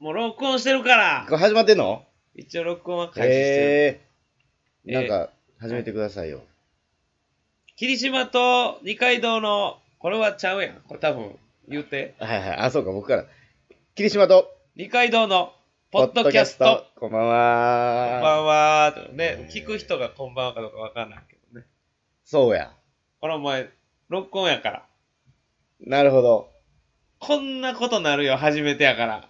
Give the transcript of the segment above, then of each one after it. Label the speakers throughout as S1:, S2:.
S1: もう録音してるから
S2: これ始まってんの
S1: 一応録音は開始してる。
S2: え
S1: え
S2: ー、なんか始めてくださいよ。
S1: 霧島と二階堂の、これはちゃうやん。これ多分言うて。
S2: はいはい。あ、そうか、僕から。霧島と、
S1: 二階堂のポッドキャスト。
S2: ポッドキャ。こんばん
S1: こん
S2: は。
S1: ばんはーとね、
S2: えー
S1: 聞く人がこんばんはかどうかわかんないけどね。
S2: そうや。
S1: これお前、録音やから。
S2: なるほど。
S1: こんなことなるよ、初めてやから。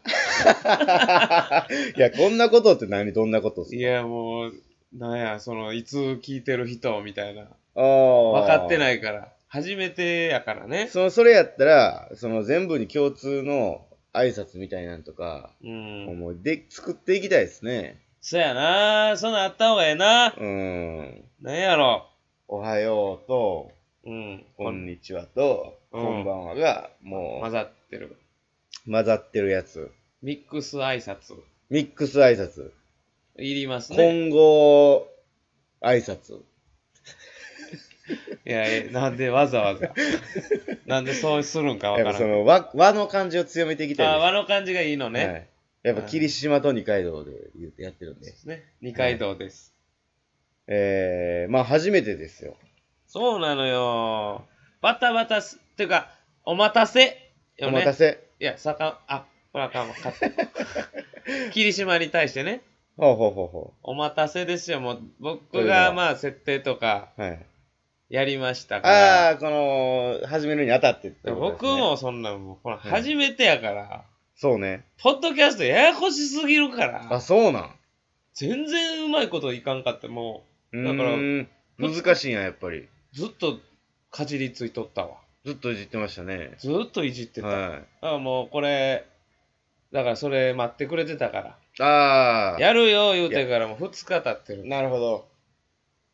S2: いや、こんなことって何どんなことっす
S1: いや、もう、なんや、その、いつ聞いてる人みたいな。
S2: ああ。
S1: 分かって
S2: い。
S1: ないから。初めてやからね。
S2: その、それやったら、その全部に共通の挨拶みたいなんとか、
S1: うん。
S2: もうで、作っていきたいですね。
S1: そやなそんなんあった方がええな。
S2: うん。
S1: なんやろ。
S2: おはようと、
S1: うん。
S2: こんにちはと、
S1: うん
S2: こんばんはが、も
S1: 混ざってる。
S2: う、混ざってるやつ。
S1: ミックス挨拶。
S2: ミックス挨拶。
S1: いりますね。
S2: 混合挨拶。
S1: いや、えなんでわざわ ざ。なんでそうするんかわ
S2: やっ
S1: か
S2: ぱそ
S1: らん。
S2: の和和の感じを強めていきたい
S1: あ、
S2: で
S1: 和の感じがいいの
S2: す。
S1: ね。
S2: はい、やっぱ霧島と二階堂で言ってやってるんで。
S1: ね二階堂です。
S2: えー、まあ初めてですよ。
S1: そうなのよ。バタバタす、っていうか、お待たせよね。
S2: お待たせ。
S1: いや、さか、あ、これあかんわ、勝った。霧島に対してね、
S2: ほうほうほうほ
S1: お待たせですよ。もう、僕
S2: うのは
S1: が、まあ、設定とか、
S2: う。はい。
S1: やりましたから。
S2: ああ、この、始めるにあたってってことです
S1: 僕
S2: ね
S1: もそんなん、もう、ほら、
S2: うん
S1: 初めてやから、
S2: そうね。
S1: ポッドキャストややこしすぎるか
S2: あ、
S1: ら、
S2: そうなん。
S1: 全然うまいこといかんかって、も
S2: う
S1: ら
S2: ーん。難しいな、やっぱり。
S1: う、ずっと、かじりついとったわ。
S2: ずっといじってましたね。
S1: ずっといじってた。だか
S2: は
S1: らもう、これ、だからそれ待ってくれてたから、
S2: い。ああ。
S1: やるよ、言うてからもう2日経ってる。
S2: なるほど。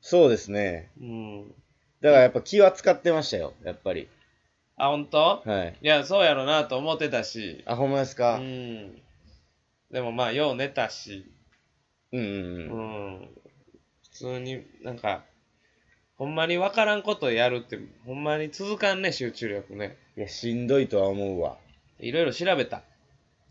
S2: そうですね。
S1: うん。
S2: だからやっぱ気は使ってましたよ、やっぱり。
S1: あ、ほんと
S2: はい。
S1: いや、そうやろなと思ってたし、
S2: あ、ほんまです
S1: う
S2: か。
S1: ん。でもまあ、よう寝たし、
S2: うんう
S1: うん
S2: うん。
S1: ん。普通になんか、ほんまに分からんことやるって、ほんまに続かんね、集中力ね。
S2: いや、しんどいとは思うわ。
S1: いろいろ調べた。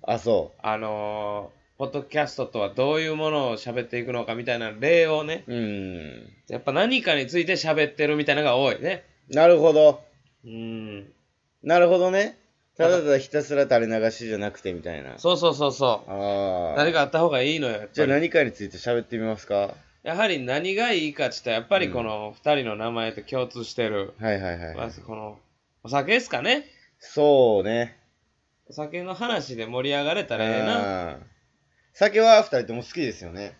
S2: あ、そ
S1: あのー、ポッドキャストとはどういうものを喋っていくのかみたいな例をね、
S2: う。うん。
S1: やっぱ何かについて喋ってるみたいなのが多いね。
S2: なるほど。
S1: うん。
S2: なるほどね。ただただひたすら垂れ流しじゃなくてみたいな。
S1: そうそうそうそう。
S2: あ
S1: 何
S2: あ。
S1: かあった方がいいのよ。やっ
S2: じゃ
S1: ぱ
S2: あ
S1: り
S2: 何かについて喋ってみますか
S1: やはり何がいいかちょっとやっぱりこの2人の名前と共通してる、
S2: はいはいはい。
S1: まずこのお酒ですかね
S2: そうね。
S1: お酒の話で盛り上がれた
S2: あ
S1: らええな
S2: 酒は二人とも好きですよね。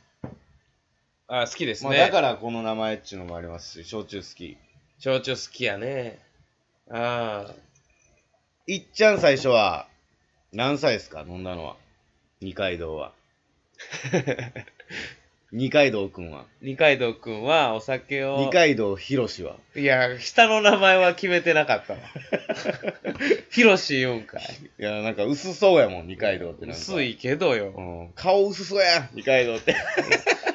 S1: あ好きですね、
S2: まあ、だからこの名前っちゅうのもありますし、焼酎好き。
S1: 焼酎好きやねああ
S2: いっちゃん最初は、何歳ですか飲んだのは。二階堂 は。二階堂くんは。
S1: 二階堂くんはお酒を
S2: 二階堂ひろしは。
S1: いや下の名前は決めてなかった わヒロシ言うんかい
S2: いや、なんか薄そうやもん、二階堂ってなんか。
S1: 薄いけどよ
S2: うん。顔薄そうやん、二階堂って。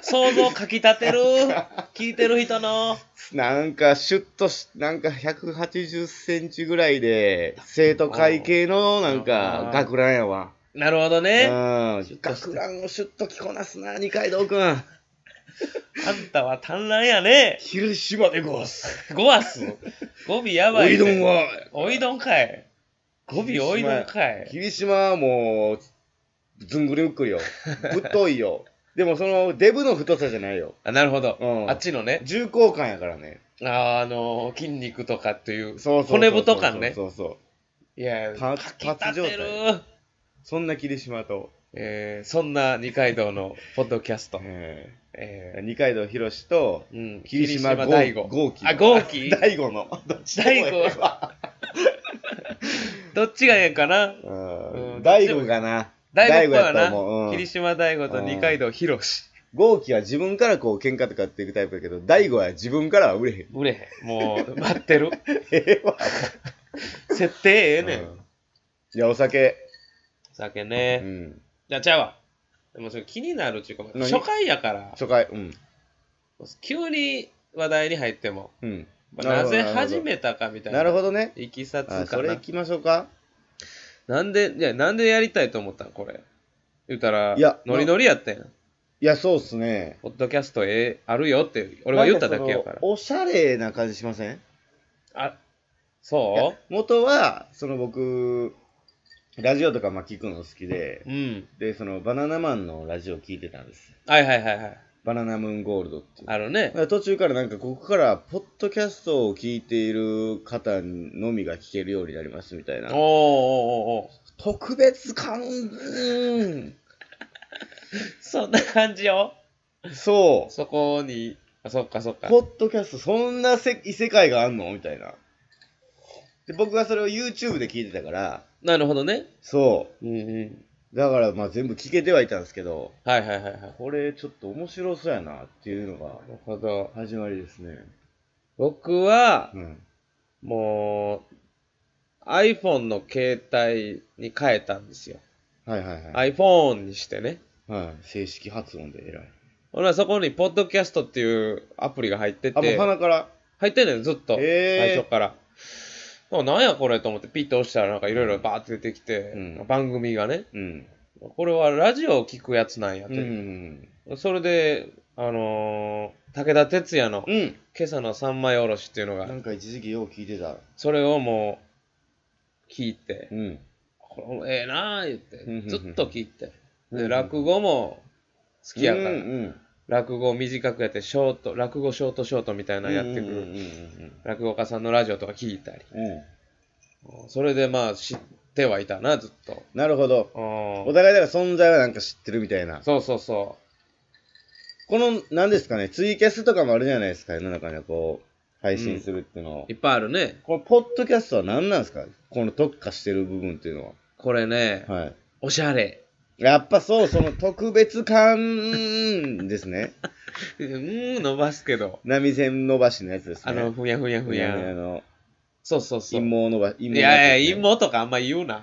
S1: 想像かきたてる 聞いてる人の
S2: なんか、シュッとし、なんか180センチぐらいで、生徒会系の、なんか、学ランやわ。
S1: なるほど
S2: うん。
S1: ねとして
S2: 学ランをシュッと着こなすな、二階堂くん。
S1: あんたは単乱やね
S2: 昼島でごわす。
S1: ゴアス語尾やば
S2: お
S1: いで
S2: いどんは、
S1: おいどんかい。語尾おいどんかい。
S2: 霧島はもう、ずんぐりむっく りよ。ぶっといよ。でもその、デブの太さじゃないよ。
S1: あ、なるほど。
S2: うん
S1: あっちのね、
S2: 重厚感やからね。
S1: あーあのー筋肉とかっていう、
S2: そうそうそうそ
S1: 骨
S2: う
S1: 太感ね。
S2: そうそう。
S1: いや、
S2: パ
S1: か
S2: ツ
S1: きたてる
S2: パツ状。そんな霧島と、
S1: えー、そんな二階堂のポッドキャスト。
S2: えー
S1: え
S2: 二階堂ひろしと、
S1: ーうん、
S2: 霧島豪
S1: 大悟。
S2: 豪輝。
S1: あ、豪輝
S2: 大悟の。どっちでもええわ
S1: どっちがええんかな
S2: う
S1: うんん
S2: 大悟がな。
S1: 大悟
S2: や
S1: は
S2: と
S1: な、
S2: 思う。うん
S1: 霧島大悟と二階堂ひろし。
S2: 豪輝は自分からこう喧嘩とかっていくタイプやけど、大悟は自分からは売れへん。
S1: 売れへん。もう、待って る。
S2: ええわ。
S1: 設定ええねん。
S2: うんじゃあお酒。
S1: 酒
S2: う
S1: ね。
S2: ん。
S1: じゃあ、ちゃうわ。でもそれ気になるっていうか、
S2: 何
S1: 初回やから、
S2: 初回。うん。
S1: 急に話題に入っても、
S2: うん。
S1: なぜ始
S2: て
S1: めたかみたいな。
S2: なるほどね。
S1: いきさつ
S2: あ
S1: か
S2: それ
S1: な
S2: 行。きましょうか。
S1: なんで、いや、なんでやりたいと思ったんこれ。言うたら
S2: いや、
S1: ノリノリやったやん。
S2: いや、そうっすね。
S1: ポッドキャストええ、あるよって、俺が言っただけやか
S2: なん
S1: ら
S2: そ。のおしゃれな感じしません
S1: あ、
S2: い
S1: そ
S2: や元は、その僕、ラジオとかまあ聞くの好きで
S1: う、うん。
S2: で、そのバナナマンのラジオ聞いてたんです。
S1: はいはいはいはい。
S2: バナナムーンゴールドっていう。
S1: あるね。
S2: だから途中からなんかここからポッドキャストを聞いている方のみが聞けるようになりますみたいな
S1: おーおーおーおー
S2: 特別感うん
S1: そんな感じよ。
S2: そう
S1: そこに、あ、そっかそっか。
S2: ポッドキャストそんなせ異世界があんのみたいなで僕がそれを YouTube で聞いてたから
S1: なるほどね。
S2: そ
S1: うんうん。
S2: うだからまあ全部聞けてはいたんですけど
S1: はいはいはいはい。な
S2: これちょっと面白そうやなっていうのが
S1: るほど。
S2: 始まりですね
S1: 僕は
S2: う、ん
S1: もう、iPhone の携帯に変えたんですよ。
S2: はいはいはい、
S1: iPhone にしてね。
S2: はい、正式発音で偉い
S1: ほら、そこに、ポッドキャストっていうアプリが入って
S2: あもう
S1: て、
S2: 鼻から
S1: 入ってんのよ、ずっと。
S2: へー
S1: 最初から。なんかなんやこれと思って、ピッと押したら、なんかいろいろバーって出てきて、
S2: うん
S1: 番組がね、
S2: うん
S1: これはラジオを聞くやつなんやと
S2: う
S1: いう、
S2: ん
S1: それで、あのー武田鉄矢の
S2: うん。
S1: 今朝の三枚おろしっていうのが
S2: な、んか一時期よう聞いてた。
S1: それをもう、聞いて、
S2: うん。
S1: これええなあ言って
S2: うんうんうん
S1: ずっと聞いて
S2: うん
S1: で落語も好きやから、
S2: うん
S1: 落語を短くやってショート落語ショートショートみたいなのやってくる、
S2: うんうんうん
S1: 落語家さんのラジオとか聞いたり
S2: うんうん。
S1: それでまあ知ってはいたなずっと
S2: なるほど。
S1: う
S2: お
S1: ん
S2: 互いだから存在はなんか知ってるみたいな。
S1: そうそうそ
S2: この、なんですかね、ツイキャスとかもあるじゃないですか、世の中にはこう、配信するっていうのを
S1: ういっぱいあるね
S2: このポッドキャストは何なんですかこの特化してる部分っていうの
S1: これね、
S2: は。はい。
S1: おしゃれ
S2: やっぱそう、その特別感です ね。
S1: うーん伸ばすけど
S2: 波線伸ばしのやつですね。
S1: あのふにゃふにゃふに
S2: ふにゃふにゃ
S1: ゃ
S2: の、
S1: そうそうそう
S2: 陰謀伸ばし、陰
S1: い
S2: 謀のやつ
S1: や
S2: ですね
S1: いや、陰謀とかあんま言うな。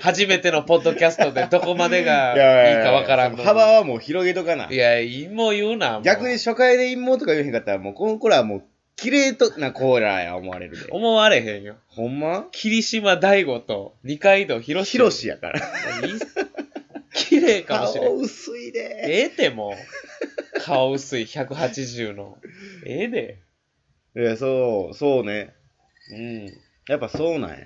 S1: 初めてのポッドキャストで どこまでが
S2: いやいやい
S1: いい
S2: や
S1: かわからんのに。。
S2: 幅はもう広げとかない
S1: や、陰謀言うな。もう
S2: 逆に初回で陰謀とか言えへんかったら、もうこの子らはもう、綺麗となコーラや思われるで。
S1: 思われへんよ。
S2: ほんま
S1: 霧島大吾と二階堂広
S2: 広
S1: 志。
S2: ロシやから。
S1: いい綺麗かもしれ
S2: 顔
S1: ん。
S2: 薄いで。
S1: ええてもう。顔薄い180の。ええで。
S2: いや、そう、そうね。
S1: うん。
S2: やっぱそうなんや。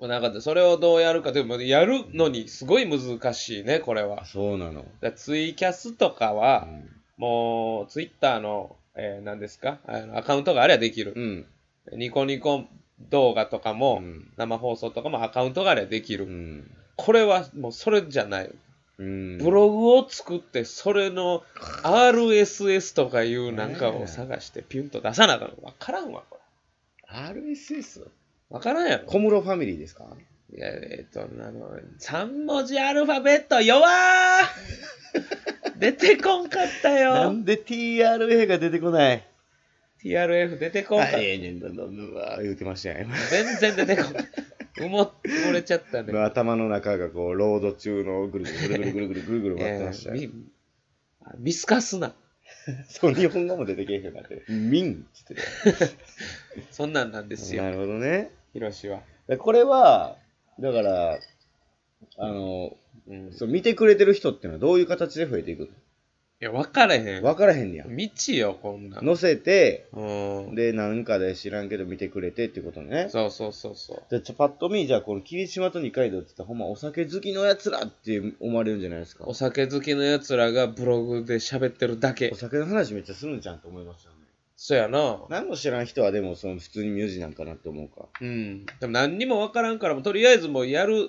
S1: もうなんかそれをどうやるかでもやるのにすごい難しいねこれはだか
S2: そうなの。
S1: らツイキャスとかは、もう、ツイッターの、えー何ですかあのアカウントがあればできる
S2: う。ん。
S1: ニコニコ動画とか
S2: う
S1: も、
S2: ん。
S1: 生放送とかもアカウントがあればでき
S2: う
S1: る。
S2: ん。
S1: これはもうそれじゃない。
S2: うん
S1: ブログを作って、それの RSS とかいうなんか
S2: ね
S1: を
S2: え
S1: 探してピュンと出さなあかん。わからんわ、これ。
S2: RSS?
S1: わからんやろ。
S2: 小室ファミリーですか
S1: いや、えっ、と、あの、3文字アルファベット弱ー 出てこんかったよ。
S2: で TRA が出てこない
S1: TRF 出てこんかった。
S2: はい、ねんだんだんだんだん言うてましたね。
S1: 全然出てこない。埋も埋もれちゃったね。
S2: 頭の中がこう、ロード中のぐるぐるぐるぐるぐるぐるぐるぐる回ってましたよ。
S1: えーみあ見透かすな。
S2: そう、日本語も出てけえへんようになってる。ミンっつって
S1: そんなんなんですよ、
S2: なるほどね。
S1: ヒロシは。
S2: これは、だから、あの、
S1: うん、い
S2: そう見てくれてる人っていうのはどういう形で増えていく
S1: や、分からへん。
S2: 分からへんねや。
S1: 未知よ、こんなん。
S2: 載せて、
S1: うん。
S2: で、なんかで知らんけど見てくれてってことね。
S1: そうそうそうそう。
S2: じゃあ、ちょ、パッと見、じゃあ、この霧島と二階堂って言ったら、ほんまお酒好きのやつらって思われるんじゃないですか。
S1: お酒好きのやつらがブログで喋ってるだけ
S2: お。酒の話めっちゃするんじゃんと思いますよね。
S1: そうやな。
S2: 何も知らん人は、でも、その、普通にミュージなんかなって思うか。
S1: うん。でも何にも分からんから、もうとりあえずもうやる。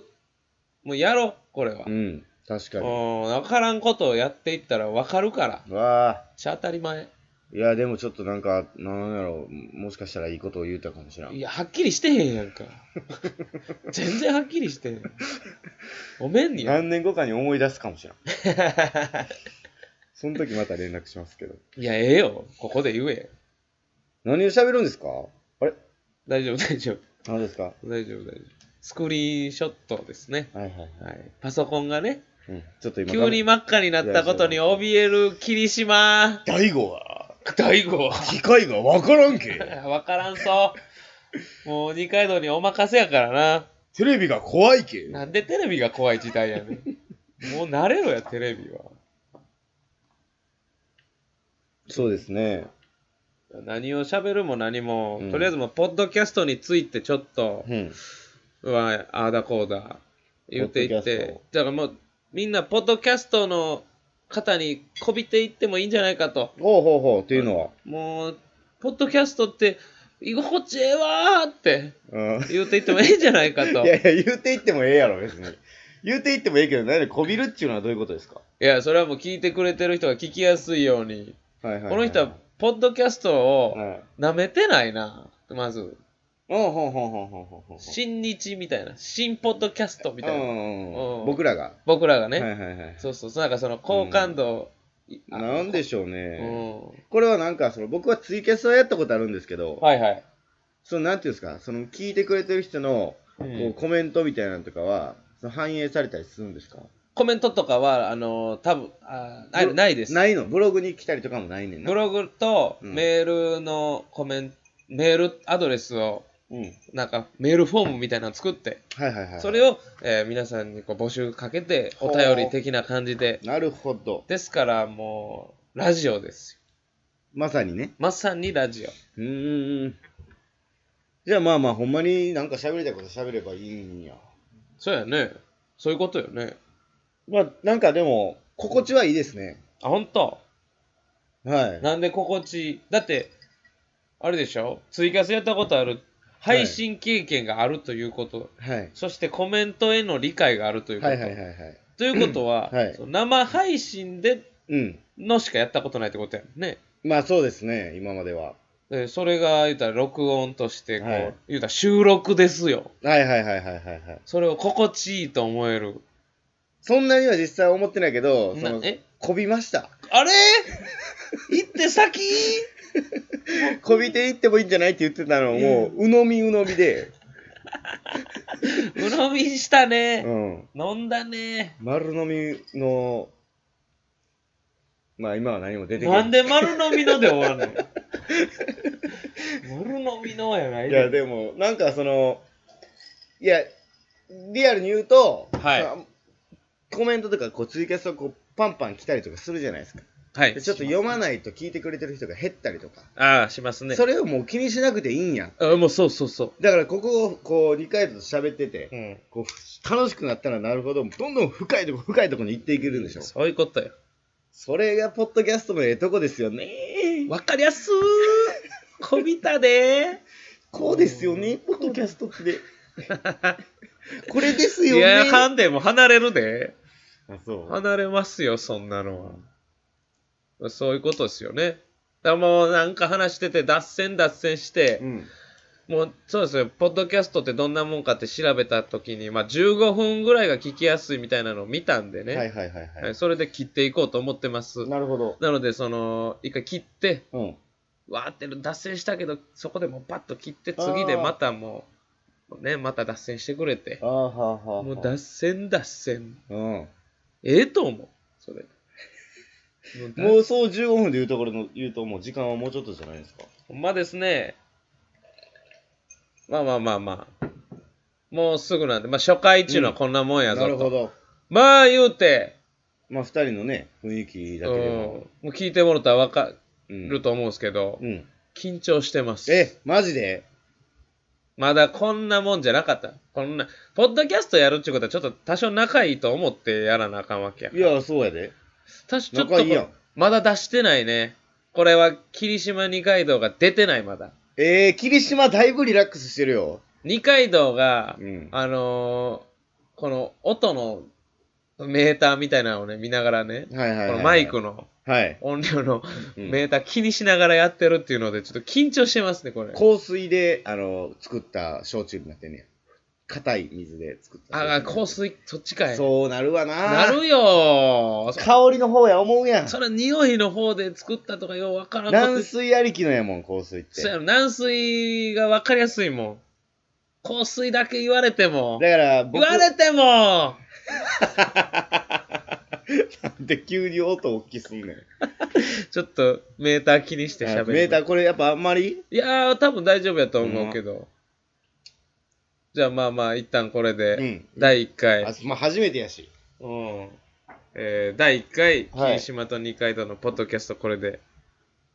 S1: もうやろう、これは
S2: う。ん、確かに。
S1: うん。分からんことをやっていったら分かるから。
S2: わあ。
S1: しゃ当たり前。
S2: いや、でもちょっとなんか、なんやろう、もしかしたらいいことを言うたかもしれん。
S1: いや、はっきりしてへんやん か。全然はっきりしてへん。ごめんに
S2: 何年後かに思い出すかもしれん。 その時また連絡しますけど。
S1: いや、ええよ。ここで言え。
S2: 何を喋るんですかあれ
S1: 大丈夫、大丈夫。
S2: 何ですかは
S1: 大丈夫、大丈夫。スクリーンショットですね。
S2: いはいはい。
S1: はい。パソコンがね、
S2: うん、ちょっと今、
S1: 急に真っ赤になったことに怯える霧島。
S2: 大悟は、
S1: 大悟。
S2: 機械がわからんけ。
S1: わからんそう。もう二階堂にお任せやからな。
S2: テレビが怖いけ
S1: なんでテレビが怖い時代やねん。もう慣れろや、テレビは。
S2: そうですね。
S1: 何を喋るも何も、
S2: うん
S1: とりあえずもうポッドキャストについてちょっと、
S2: うん。
S1: はああだこうだ言っていっ
S2: ポッドキャ
S1: て
S2: ス
S1: だからもうみんなポッドキャストの方にこびていってもいいんじゃないかと
S2: ほうほうほうっていうのは。
S1: もうポッドキャストって居心地ええわーって
S2: うん。
S1: 言っていってもいいんじゃないか
S2: い
S1: と い
S2: や
S1: や
S2: いや、言うていってもええやろ、別に。言うていってもええけど、なんでこびるっちゅうのはどういうことですか
S1: それはもう聞いてくれてる人が聞きやすいように、
S2: はいはい、
S1: この人はポッドキャストを
S2: はい。
S1: 舐めてないなまず
S2: ほうほうほうほうほうほうほう。
S1: 新日みたいな新ポッドキャストみたいな、
S2: うんうん
S1: う
S2: うんん。僕らが。
S1: 僕らがね、
S2: はいはいはい。
S1: そうそうそうなんかその好感度、あ
S2: なんでしょう
S1: う
S2: ね。
S1: ん
S2: これはなんか、その僕はツイキャスはやったことあるんですけど、
S1: はいはい
S2: そのなんていうんですか、その聞いてくれてる人のこ
S1: うん
S2: うコメントみたいなのとかは、その反映されたりするんですか
S1: コメントとかは、あの多分あな
S2: ブ
S1: い
S2: ロ
S1: ないです。
S2: ないのブログに来たりとかもないねんな。
S1: ブログと
S2: うん
S1: メールのコメント、メールアドレスを、
S2: うん。はい
S1: なんかメールフォームみたいなの作って、
S2: はいはい。
S1: それを、えー皆さんにこう募集かけて、お便り的な感じで、
S2: なるほど。
S1: ですからもう、ラジオですよ。
S2: まさにね。
S1: まさにラジオ。
S2: うーん。じゃあまあまあ、ほんまになんか喋りたいこと喋ればいいんや。
S1: そうやね。そういうことよね。
S2: まあ、なんかでも、心地はいいですね。
S1: あ、ほんと
S2: はい。
S1: なんで心地いいだって、あれでしょツイキャスやったことある。
S2: はい
S1: 配信経験があるということ。
S2: はい。
S1: そしてコメントへの理解があるということ。
S2: はいはいはいはい。
S1: ということは、
S2: はい
S1: その生配信で
S2: うん。
S1: のしかやったことないってことやもんね。
S2: まあそうですね、今までは。
S1: でそれが言うたら録音としてこう、
S2: はい
S1: 言うたら収録ですよ。
S2: はいはいはいはいはいはい。
S1: それを心地いいと思える。
S2: そんなには実際思ってないけど、その
S1: なえ、
S2: こびました。
S1: あれ行って先
S2: こびていってもいいんじゃないって言ってたのを、もう、うのみうのみで、
S1: うのみした
S2: う
S1: ね。
S2: ん。
S1: 飲んだね。
S2: 丸飲みの、まあ今は何も出て
S1: なん
S2: で
S1: で丸飲みので終わん の丸飲みのやない
S2: い
S1: で
S2: や、でも、なんかその、いや、リアルに言うと、
S1: はい
S2: そのコメントとか、こう、ツイキャスをこう、パンパン来たりとかするじゃないですか。
S1: はい。
S2: でちょっと読まないと聞いてくれてる人が減ったりとか、
S1: ああ、しますね。
S2: それをもう気にしなくていいんや。
S1: あもうそうそうそ
S2: だからここをこう理解と喋ってて、
S1: う。うん。
S2: こう楽しくなったらなるほどどんどん深いとこ深いとこに行っていけるんでしょ
S1: そういうことよ。
S2: それがポッドキャストのええとこですよね
S1: わかりやすー こびたで
S2: こうですよねポッドキャストってね これです
S1: ーい
S2: よね
S1: や、ハンデも離れるで。
S2: あそう
S1: 離れますよ、そんなのは。そういうことですよね。だからもうなんか話してて、脱線脱線して
S2: う、ん
S1: もうそうですよ、ポッドキャストってどんなもんかって調べたときに、まあ15分ぐらいが聞きやすいみたいなのを見たんでね、
S2: はいはいはいは
S1: はいいそれで切っていこうと思ってます。
S2: なるほど
S1: なので、その、一回切って、
S2: うん
S1: わーって脱線したけどそこでもうパッと切って次でまたもうねまた脱線してくれて
S2: あーはーはーはー
S1: もう脱線脱線
S2: うん
S1: ええと思うそれもう
S2: もうそう15分で言うところの言うともう時間はもうちょっとじゃないですか
S1: ほんまですねまあまあまあまあもうすぐなんで、まあ、初回っていうのはこんなもんやぞと、
S2: なるほど
S1: まあ言うて
S2: まあ2人のね雰囲気だけで
S1: う
S2: も、
S1: んもう聞いてもらったらわか
S2: うん
S1: ると思うんですけど、
S2: うん
S1: 緊張してます
S2: えマジで
S1: まだこんなもんじゃなかった。こんな、ポッドキャストやるってことはちょっと多少仲いいと思ってやらなあかんわけや。
S2: いや、そうやで。
S1: 多少ちょっと
S2: 仲いいやん。
S1: まだ出してないね。これは霧島二階堂が出てないまだ。
S2: えー、霧島だいぶリラックスしてるよ。
S1: 二階堂が、
S2: うん
S1: あのーこの音のメーターみたいなのをね、見ながらね、
S2: はいはいはい、
S1: このマイク。の
S2: はい。
S1: 音量の
S2: うん
S1: メーター気にしながらやってるっていうので、ちょっと緊張してますね、これ。
S2: 香水で、あの、作った焼酎になってんねや。硬い水で作った。
S1: あ、香。水、そっちかい。
S2: そうなるわな。
S1: なるよー。
S2: 香りの方や思うやん。
S1: それ匂いの方で作ったとかようわからんこと
S2: 軟水ありきのやもん、香水って。
S1: そうや
S2: だ
S1: ろ軟水がわかりやすいもん香水だけ言われても
S2: から、
S1: 言われても
S2: なんで急に音大きすんねん。
S1: ちょっとメーター気にして喋る
S2: メーターこれやっぱあんまり
S1: いやー多分大丈夫やと思うけど、じゃあまあまあ一旦これで、
S2: うん
S1: 第1回
S2: あまあ、初めてやし。
S1: うんえー第1回、
S2: は
S1: 霧
S2: い
S1: 島と二階堂のポッドキャスト、これで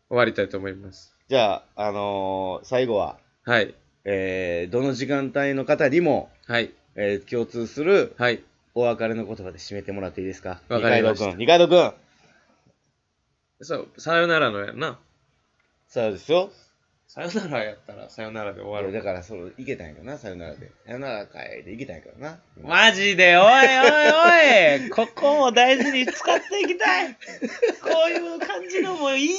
S1: 終わりたいと思います。
S2: じゃあ、あのー最後は、
S1: はい。
S2: えーどの時間帯の方にも、
S1: はい。
S2: えー共通する
S1: はい。
S2: お別れの言葉で締めてもらっていいですか
S1: わかりま
S2: 二階堂
S1: した
S2: 君。二階堂君。
S1: そう、さよならのやんな。
S2: そうですよ。
S1: さよならやったら、さよならで終わ
S2: だ
S1: る。
S2: から、その、いけたんやからな、さよならで。さよなら会でいけたんやからな。
S1: マジで、おいお いおい、ここも大事に使っていきたい。こういう感じのもいい。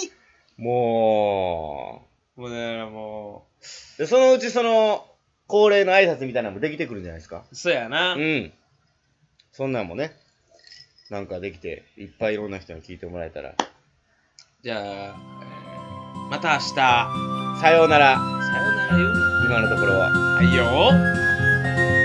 S2: も
S1: もうだからも
S2: う、でそのうちその、恒例の挨拶みたいなのもできてくるんじゃないですか
S1: う、そうやな。
S2: うん。そんなんもね、なんかできて、いっぱいいろんな人に聞いてもらえたら。
S1: じゃあ、えーまた明日。さ
S2: さようなら、
S1: よなら言うな。
S2: 今のところは。
S1: はいよ。